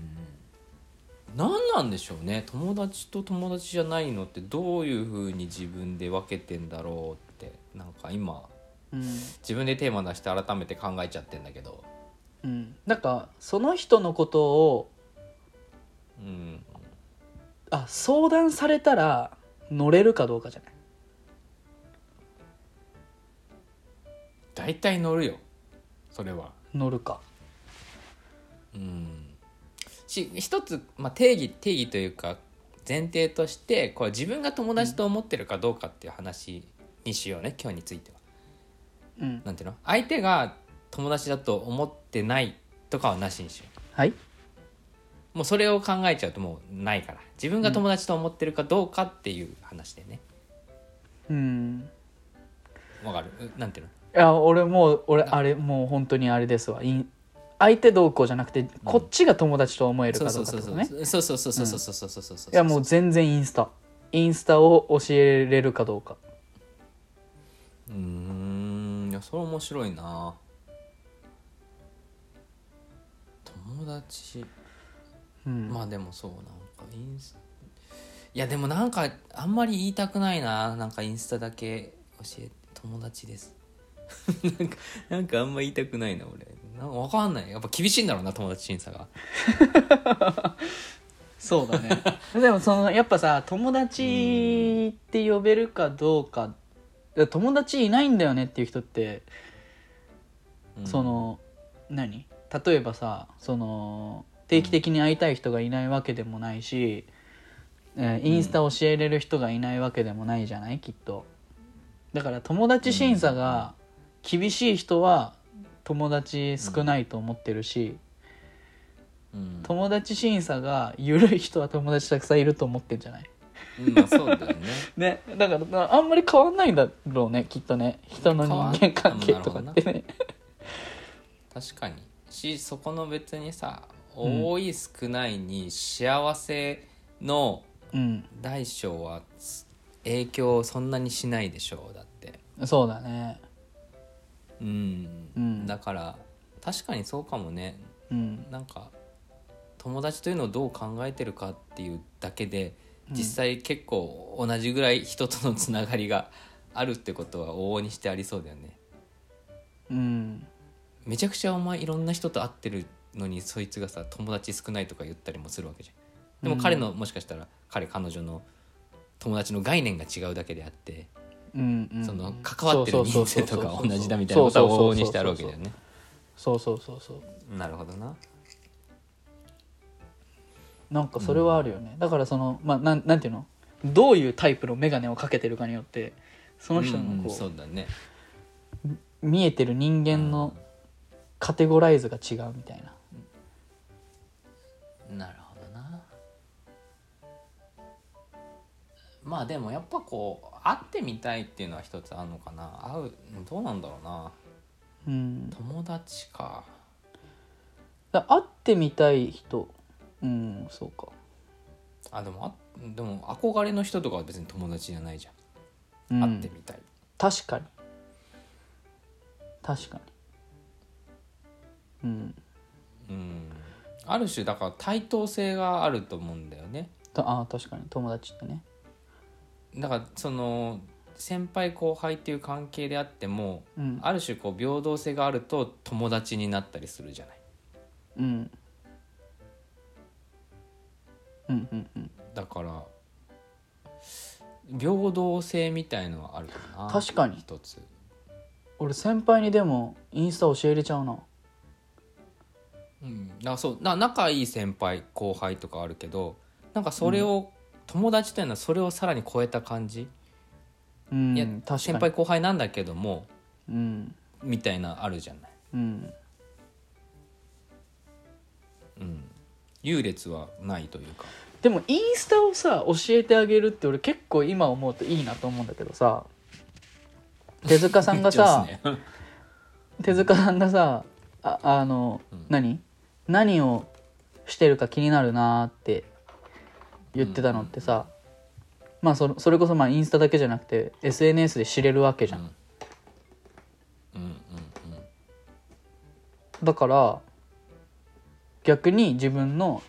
S2: 何なんでしょうね友達と友達じゃないのってどういうふうに自分で分けてんだろうってなんか今
S1: うん
S2: 自分でテーマ出して改めて考えちゃってんだけど
S1: うんなんかその人のことを
S2: うん
S1: あ相談されたら乗れるかどうかじゃない
S2: 大体乗るよそれは
S1: 乗るか
S2: うんし一つ、まあ、定義定義というか前提としてこれ自分が友達と思ってるかどうかっていう話にしようね、今日については。
S1: うん
S2: なんていうの相手が友達だと思ってないとかはなしにしよ
S1: はいう
S2: もうそれを考えちゃうともうないから自分が友達と思ってるかどうかっていう話でね
S1: うん
S2: わかるうなんていうの
S1: いや俺もう俺あれもう本当にあれですわいん相手どうこうじゃなくてこっちが友達と思える
S2: そ
S1: か
S2: う
S1: ど
S2: そうう
S1: か
S2: そ
S1: っ
S2: う
S1: てこ
S2: そ
S1: と
S2: う
S1: ね
S2: そうそうそうそうそうそうそうそうそう
S1: いやもう全然インスタインスタを教えれるかどうか
S2: うーんいやそれ面白いな友達
S1: うん、
S2: まあでもそうなんかインスいやでもなんかあんまり言いたくないななんかインスタだけ教え友達です なんかなんかあんま言いたくないな俺なんかわかんないやっぱ厳しいんだろうな友達審査が
S1: そうだね でもそのやっぱさ友達って呼べるかどうかいや友達いないんだよねっていう人って
S2: うん
S1: その何例えばさその定期的に会いたい人がいないわけでもないし、えーインスタ教えれる人がいないわけでもないじゃないきっとだから友達審査が厳しい人は友達少ないと思ってるし、
S2: うん
S1: 友達審査が緩い人は友達たくさんいると思ってんじゃない
S2: まあそうだよね
S1: ねだからなあんまり変わんないんだろうねきっとね人の人間関係とかってね
S2: 確かにしそこの別にさ多い少ないに幸せの
S1: うん
S2: 大小はつ影響をそんなにしないでしょうだって
S1: そうだね
S2: うん、
S1: うん
S2: だから確かにそうかもね
S1: うん
S2: なんか友達というのをどう考えてるかっていうだけで
S1: うん
S2: 実際結構同じぐらい人とのつながりがあるってことは往々にしてありそうだよね
S1: うん
S2: めちゃくちゃお前いろんな人と会ってるのにそいつがさ友達少ないとか言ったりもするわけじゃんでも彼の、もしかしたら彼彼女の友達の概念が違うだけであって
S1: うんうん
S2: その関わってる人数とか同じだみたいな
S1: そ
S2: こ
S1: うそ
S2: と
S1: うそ
S2: は
S1: う
S2: 往々にしてあるわけだよね
S1: そうそうそうそう
S2: なるほどな
S1: なんかそれはあるよね、だからそのまあなんなんていうのどういうタイプの眼鏡をかけてるかによってその人
S2: うん
S1: の
S2: うん
S1: こう、
S2: そうだね
S1: 見えてる人間のカテゴライズが違うみたいな
S2: なるほどなまあでもやっぱこう会ってみたいっていうのは一つあるのかな会うどうなんだろうな
S1: うん
S2: 友達か
S1: だから会ってみたい人うんそうか
S2: あでもあでも憧れの人とかは別に友達じゃないじ
S1: う
S2: ゃん、
S1: ん
S2: 会ってみたい
S1: 確かに確かにうん
S2: うんある種だから対等性があると思うんだよね
S1: とああ確かに友達ってね
S2: だからその先輩後輩っていう関係であっても
S1: うん
S2: ある種こう平等性があると友達になったりするじゃない
S1: うんうんうんうん
S2: だから平等性みたいのはあるかな
S1: 確かに
S2: 一つ
S1: 俺先輩にでもインスタ教えれちゃうな
S2: うんだからそうな仲いい先輩後輩とかあるけどなんかそれを、友達というのはそれをさらに超えた感じ、
S1: うん
S2: いや
S1: 確かに
S2: 先輩後輩なんだけども
S1: うん
S2: みたいなあるじゃない
S1: うん
S2: 優劣はないというか
S1: でもインスタをさ教えてあげるって俺結構今思うといいなと思うんだけどさ手塚さん が
S2: 一緒
S1: さ、
S2: ですね
S1: 手塚さんがさああの、
S2: ん
S1: 何何をしてるか気になるなーって言ってたのってさ、まあそのそれこそまあインスタだけじゃなくて SNS で知れるわけじゃん、
S2: うんうんうんうん
S1: だから逆に自分の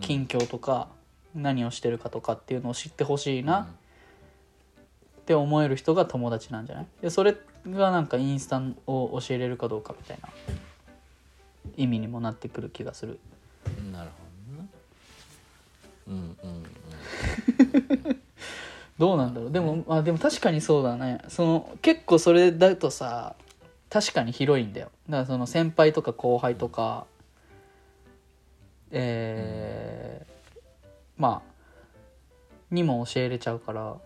S1: 近況とか、何をしてるかとかっていうのを知ってほしいなって思える人が友達なんじゃないでそれがなんかインスタを教えれるかどうかみたいな意味にもなってくる気がする
S2: なるほどなうんうん
S1: どうなんだろうでもあでも確かにそうだねその結構それだとさ確かに広いんだよだからその先輩とか後輩とかえーまあにも教えれちゃうから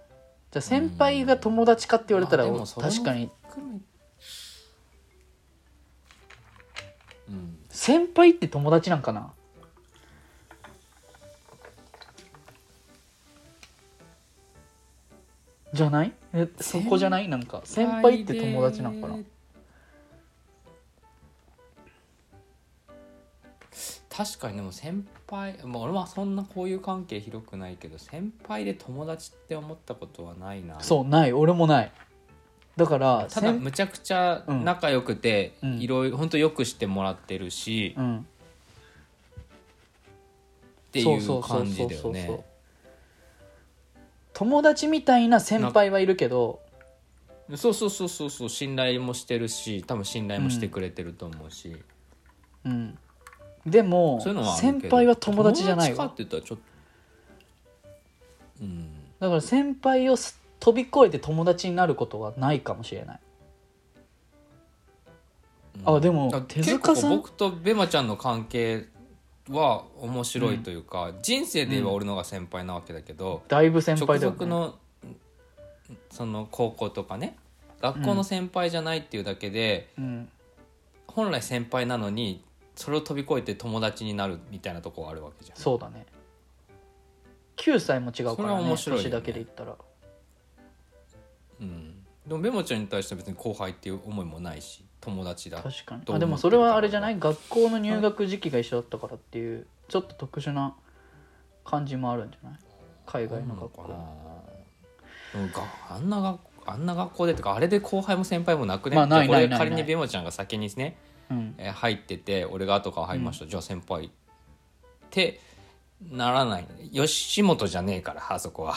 S1: じゃあ先輩が友達かって言われたら、
S2: うんまあでもそれも
S1: 確かに
S2: うん
S1: 先輩って友達なんかなじゃないえそこじゃないなんか先輩って友達なんかな
S2: 確かにでも先輩、まあ、俺はそんな交友関係広くないけど先輩で友達って思ったことはないな
S1: そうない俺もないだから
S2: ただ
S1: 先
S2: むちゃくちゃ仲良くて、
S1: うん
S2: いろいろ本当よくしてもらってるし、
S1: う
S2: っ
S1: ん
S2: て
S1: そ
S2: い
S1: そそうそ
S2: 感じだ
S1: そ
S2: よ
S1: うそう
S2: ね
S1: 友達みたいな先輩はいるけど
S2: そうそうそうそうそう信頼もしてるし多分信頼もしてくれてると思うし、
S1: うんでも
S2: そういうのはあるけど
S1: 先輩は友達じゃない
S2: 友達か
S1: わ
S2: って言ったらちょっとうん
S1: だから先輩をす飛び越えて友達になることはないかもしれないあでも
S2: だから
S1: 手塚さん
S2: 結構僕とベマちゃんの関係は面白いというか、人生で言えば俺の方が先輩なわけだけど、
S1: だいぶ先
S2: 直
S1: 輩だよ、ね、
S2: 属のその高校とかね学校の先輩じゃないっていうだけで、
S1: うん
S2: 本来先輩なのにそれを飛び越えて友達になるみたいなとこはあるわけじゃん
S1: そうだね9歳も違う
S2: そ
S1: か
S2: れは
S1: らね
S2: 面白いよね
S1: 年だけで言ったら
S2: うん、でもメモちゃんに対して別に後輩っていう思いもないし友達だ
S1: 確か
S2: どう思
S1: に
S2: ってる
S1: あでもそれはあれじゃない学校の入学時期が一緒だったからっていうちょっと特殊な感じもあるんじゃない海外の学
S2: そうなの
S1: 校
S2: かなでもがあんな学あんな学校でとかあれで後輩も先輩もなくね、
S1: まあない
S2: じゃこれ
S1: ないない
S2: 仮に
S1: ない
S2: メモちゃんが先にね
S1: うん
S2: えー入ってて俺が後から入りました、じゃあ先輩ってならない吉本じゃねえからあそこ は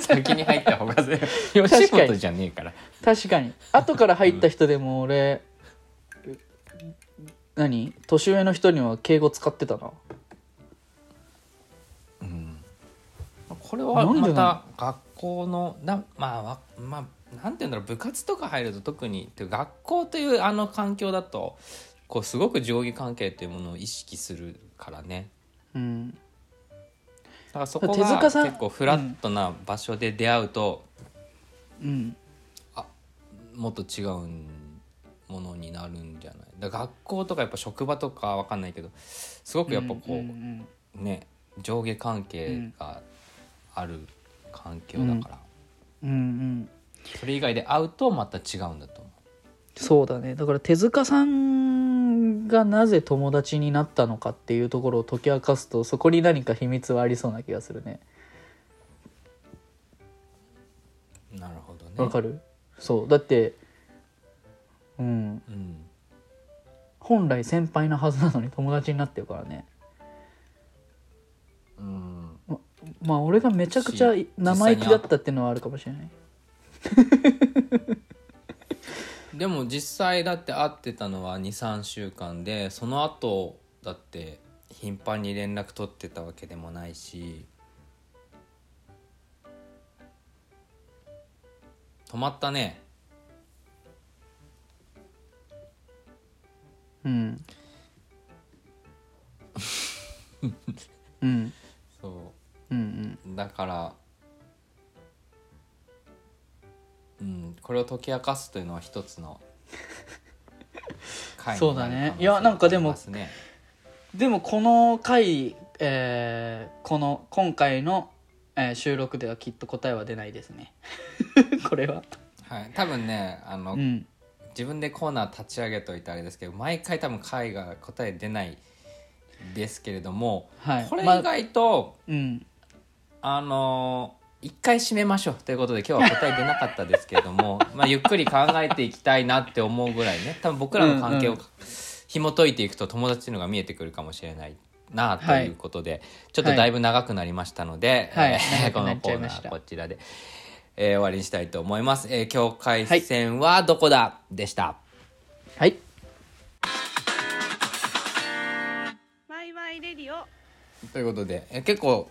S2: 先に入った方がぜ吉本じゃねえから
S1: 確かに後から入った人でも俺、何年上の人には敬語使ってたな
S2: これは
S1: なんで
S2: ま
S1: な
S2: た学校のなまあわまあなんていうんだろう部活とか入ると特にてか学校というあの環境だとこうすごく上下関係というものを意識するからね
S1: うん
S2: だからそこ
S1: 手
S2: が
S1: 塚さん
S2: 結構フラットな場所で出会うと、
S1: うん
S2: もっと違うものになるんじゃないだから学校とかやっぱ職場とかわかんないけどすごくやっぱこう、
S1: んん
S2: ね上下関係がある環境だから、
S1: うん、うんうん
S2: それ以外で会うとまた違うんだと思
S1: そうだねだから手塚さんがなぜ友達になったのかっていうところを解き明かすとそこに何か秘密はありそうな気がするね
S2: うなるほどね
S1: わかる、そうだってうん
S2: うん、
S1: 本来先輩なはずなのに友達になってるからね
S2: うん、
S1: まあ俺がめちゃくちゃ
S2: し
S1: 生意気だったっていうのはあるかもしれない
S2: でも実際だって会ってたのは23週間でその後だって頻繁に連絡取ってたわけでもないし止まったね
S1: うん。うん。
S2: そ
S1: うん
S2: うだからうんこれを解き明かすというのは一つ の回になる
S1: そうだね
S2: 可能性
S1: いやなんかでも
S2: ありますね
S1: うん。でもこの回、えーこの今回の、えー収録ではきっと答えは出ないですね。 これは。
S2: はい、多分ねあの、
S1: うん。
S2: 自分でコーナー立ち上げといてあれですけど毎回多分回が答え出ないですけれども、
S1: はい。
S2: これ意
S1: まあ
S2: 外と、
S1: うん。
S2: あのー一回締めましょうということで今日は答え出なかったですけれど もまあゆっくり考えていきたいなって思うぐらいね多分僕らの関係
S1: う
S2: を
S1: ん
S2: 紐解いていくと友達っていうのが見えてくるかもしれないなということで、ちょっと
S1: はい
S2: だいぶ長くなりましたので、
S1: はい
S2: えーこ
S1: 長く
S2: の
S1: なっ
S2: コ
S1: ちゃ
S2: ー
S1: い
S2: ナ
S1: ました
S2: ーこちらで、えー終わりにしたいと思います。えー、境界線はどこだ、でした。
S1: はい。
S3: ワイワイレディオ
S2: ということでえ結構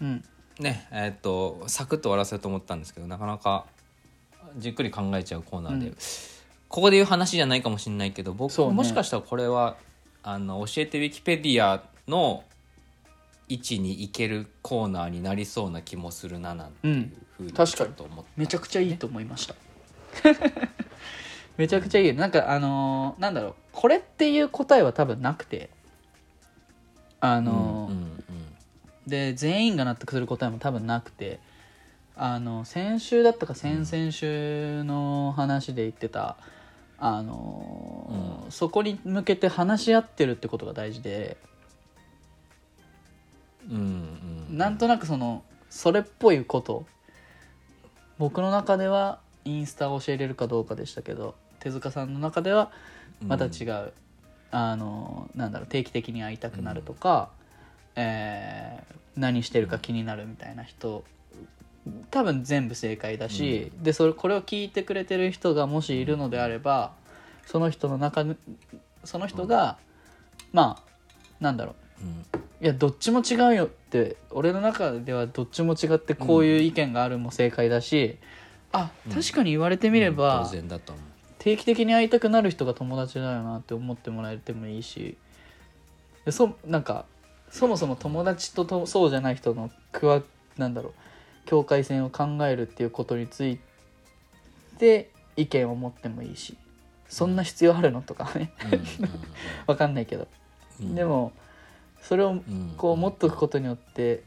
S1: うん。
S2: ねえーっとサクッと終わらせると思ったんですけどなかなかじっくり考えちゃうコーナーで、
S1: うん
S2: ここで言う話じゃないかもしれないけど僕、
S1: そうね
S2: もしかしたらこれはあの教えてウィキペディアの位置に行けるコーナーになりそうな気もするななんていうふうにちょっ
S1: 確かに
S2: と思って、
S1: めちゃくちゃいいと思いました。 めちゃくちゃいいよ。なんかあのーなんだろう。これっていう答えは多分なくて。あのー
S2: うんうん
S1: で全員が納得する答えも多分なくてあの先週だったか先々週の話で言ってた、あのーそこに向けて話し合ってるってことが大事で
S2: うんうんうん
S1: なんとなくそのそれっぽいこと僕の中ではインスタを教えれるかどうかでしたけど手塚さんの中ではまた違う、あのなんだろう定期的に会いたくなるとか、えー何してるか気になるみたいな人多分全部正解だし、でそれこれを聞いてくれてる人がもしいるのであればその人の中でその人が、まあなんだろ
S2: う
S1: う
S2: ん
S1: いやどっちも違うよって俺の中ではどっちも違ってこういう意見があるも正解だし、あ確かに言われてみれば、
S2: 当然だと思う
S1: 定期的に会いたくなる人が友達だよなって思ってもらえてもいいしでそなんかそもそも友達ととそうじゃない人の区わなんだろう境界線を考えるっていうことについて意見を持ってもいいしそんな必要あるのとかね
S2: うんうん
S1: わかんないけど、
S2: うん
S1: でもそれを
S2: うん
S1: こう持っとくことによって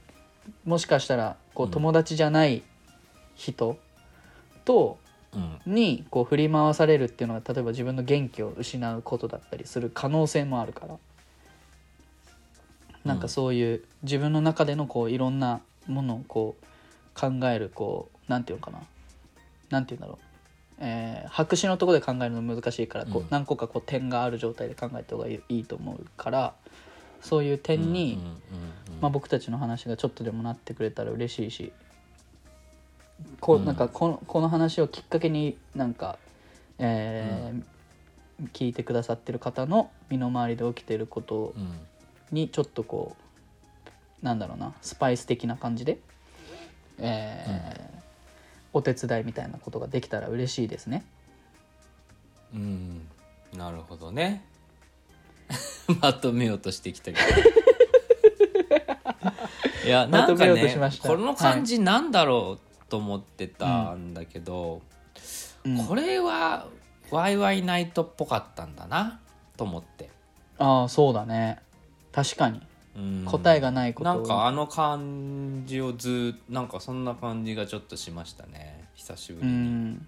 S1: もしかしたらこ
S2: う
S1: うん友達じゃない人と
S2: うん
S1: にこう振り回されるっていうのは例えば自分の元気を失うことだったりする可能性もあるからなんかそういう自分の中でのこういろんなものをこう考えるこうなんていうのかななんていうんだろう、えー白紙のところで考えるの難しいからこう
S2: うん
S1: 何個かこう点がある状態で考えた方がいいいいと思うからそういう点に、
S2: うんうんうん
S1: まあ、僕たちの話がちょっとでもなってくれたら嬉しいしこう
S2: うん
S1: なんかこのこの話をきっかけになんか、えー聞いてくださってる方の身の回りで起きてること
S2: うん
S1: にちょっとこうなんだろうなスパイス的な感じで、えーお手伝いみたいなことができたら嬉しいですね。
S2: うんなるほどね まとめようとしてきたけどいや
S1: ま
S2: な
S1: と
S2: んか
S1: めようと
S2: ね
S1: しました
S2: この感じなんだろうと思ってたんだけど、
S1: うん
S2: これはワイワイナイトっぽかったんだなと思って、
S1: ああそうだね確かに
S2: うん
S1: 答えがないこと
S2: な
S1: を
S2: んかあの感じをずなんかそんな感じがちょっとしましたね久しぶ
S1: う
S2: りに、
S1: ん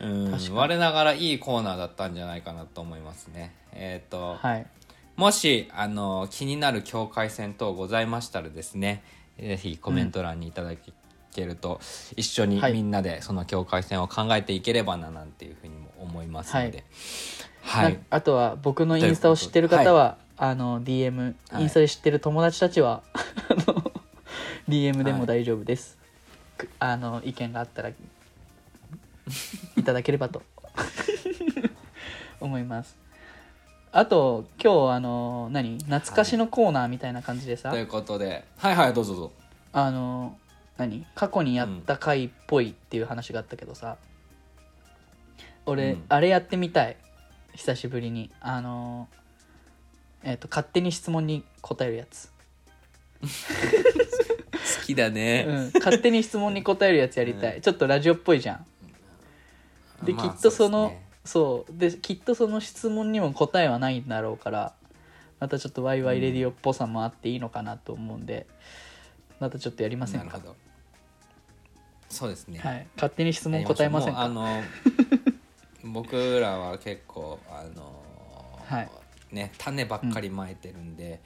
S2: うん
S1: 確かに
S2: 我ながらいいコーナーだったんじゃないかなと思いますねえっ、と、
S1: はい
S2: もしあの気になる境界線等ございましたらですねぜひコメント欄にいただけると、一緒に
S1: はい
S2: みんなでその境界線を考えていければななんていうふうにも思いますので、は、
S1: ないあとは僕のインスタを知ってる方は、あの DM
S2: はい
S1: インスタで知ってる友達たちは、あ の DM でも大丈夫です、くあの意見があったらいただけれ ばと思いますあと今日あの何懐かしのコーナーみたいな感じでさ、
S2: ということではいはいどうぞどうぞ
S1: あの何過去にやった回っぽいっていう話があったけどさ、俺、
S2: うん
S1: あれやってみたい久しぶりにあのえっ、と勝手に質問に答えるやつ、
S2: 好きだね、
S1: うん、勝手に質問に答えるやつやりたい、ちょっとラジオっぽいじゃんで、
S2: まあ
S1: きっとその
S2: うですね
S1: そうできっとその質問にも答えはないんだろうからまたちょっとワイワイレディオっぽさもあっていいのかなと思うんで、またちょっとやりません
S2: なる
S1: か
S2: ほどそうですね、
S1: はい勝手に質問答えませんか
S2: やりしょうもうあの僕らは結構あの
S1: はい
S2: ね種ばっかりまいてるんで、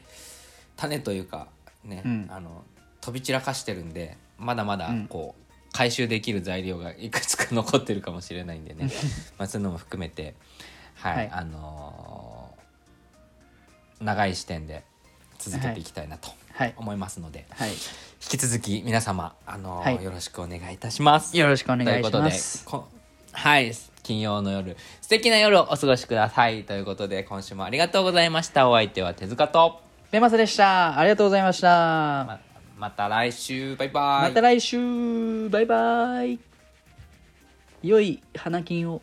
S2: 種というかね、
S1: うん
S2: あの飛び散らかしてるんでまだまだ
S1: うん
S2: こう、回収できる材料がいくつか残ってるかもしれないんでねまあそういうのも含めてはい、
S1: はい
S2: あのー長い視点で続けていきたいなと
S1: はい
S2: 思いますので、
S1: はい
S2: 引き続き皆様あのー
S1: はい
S2: よろしくお願いいたします。
S1: よろしくお
S2: とい
S1: 願
S2: う
S1: い
S2: こ
S1: し
S2: とで
S1: ます。
S2: こはい金曜の夜素敵な夜をお過ごしくださいということで今週もありがとうございましたお相手は手塚と
S1: ベマサでした。ありがとうございました。ま
S2: ままた来週バイバイ
S1: た来週。バイバイ。良い花金を。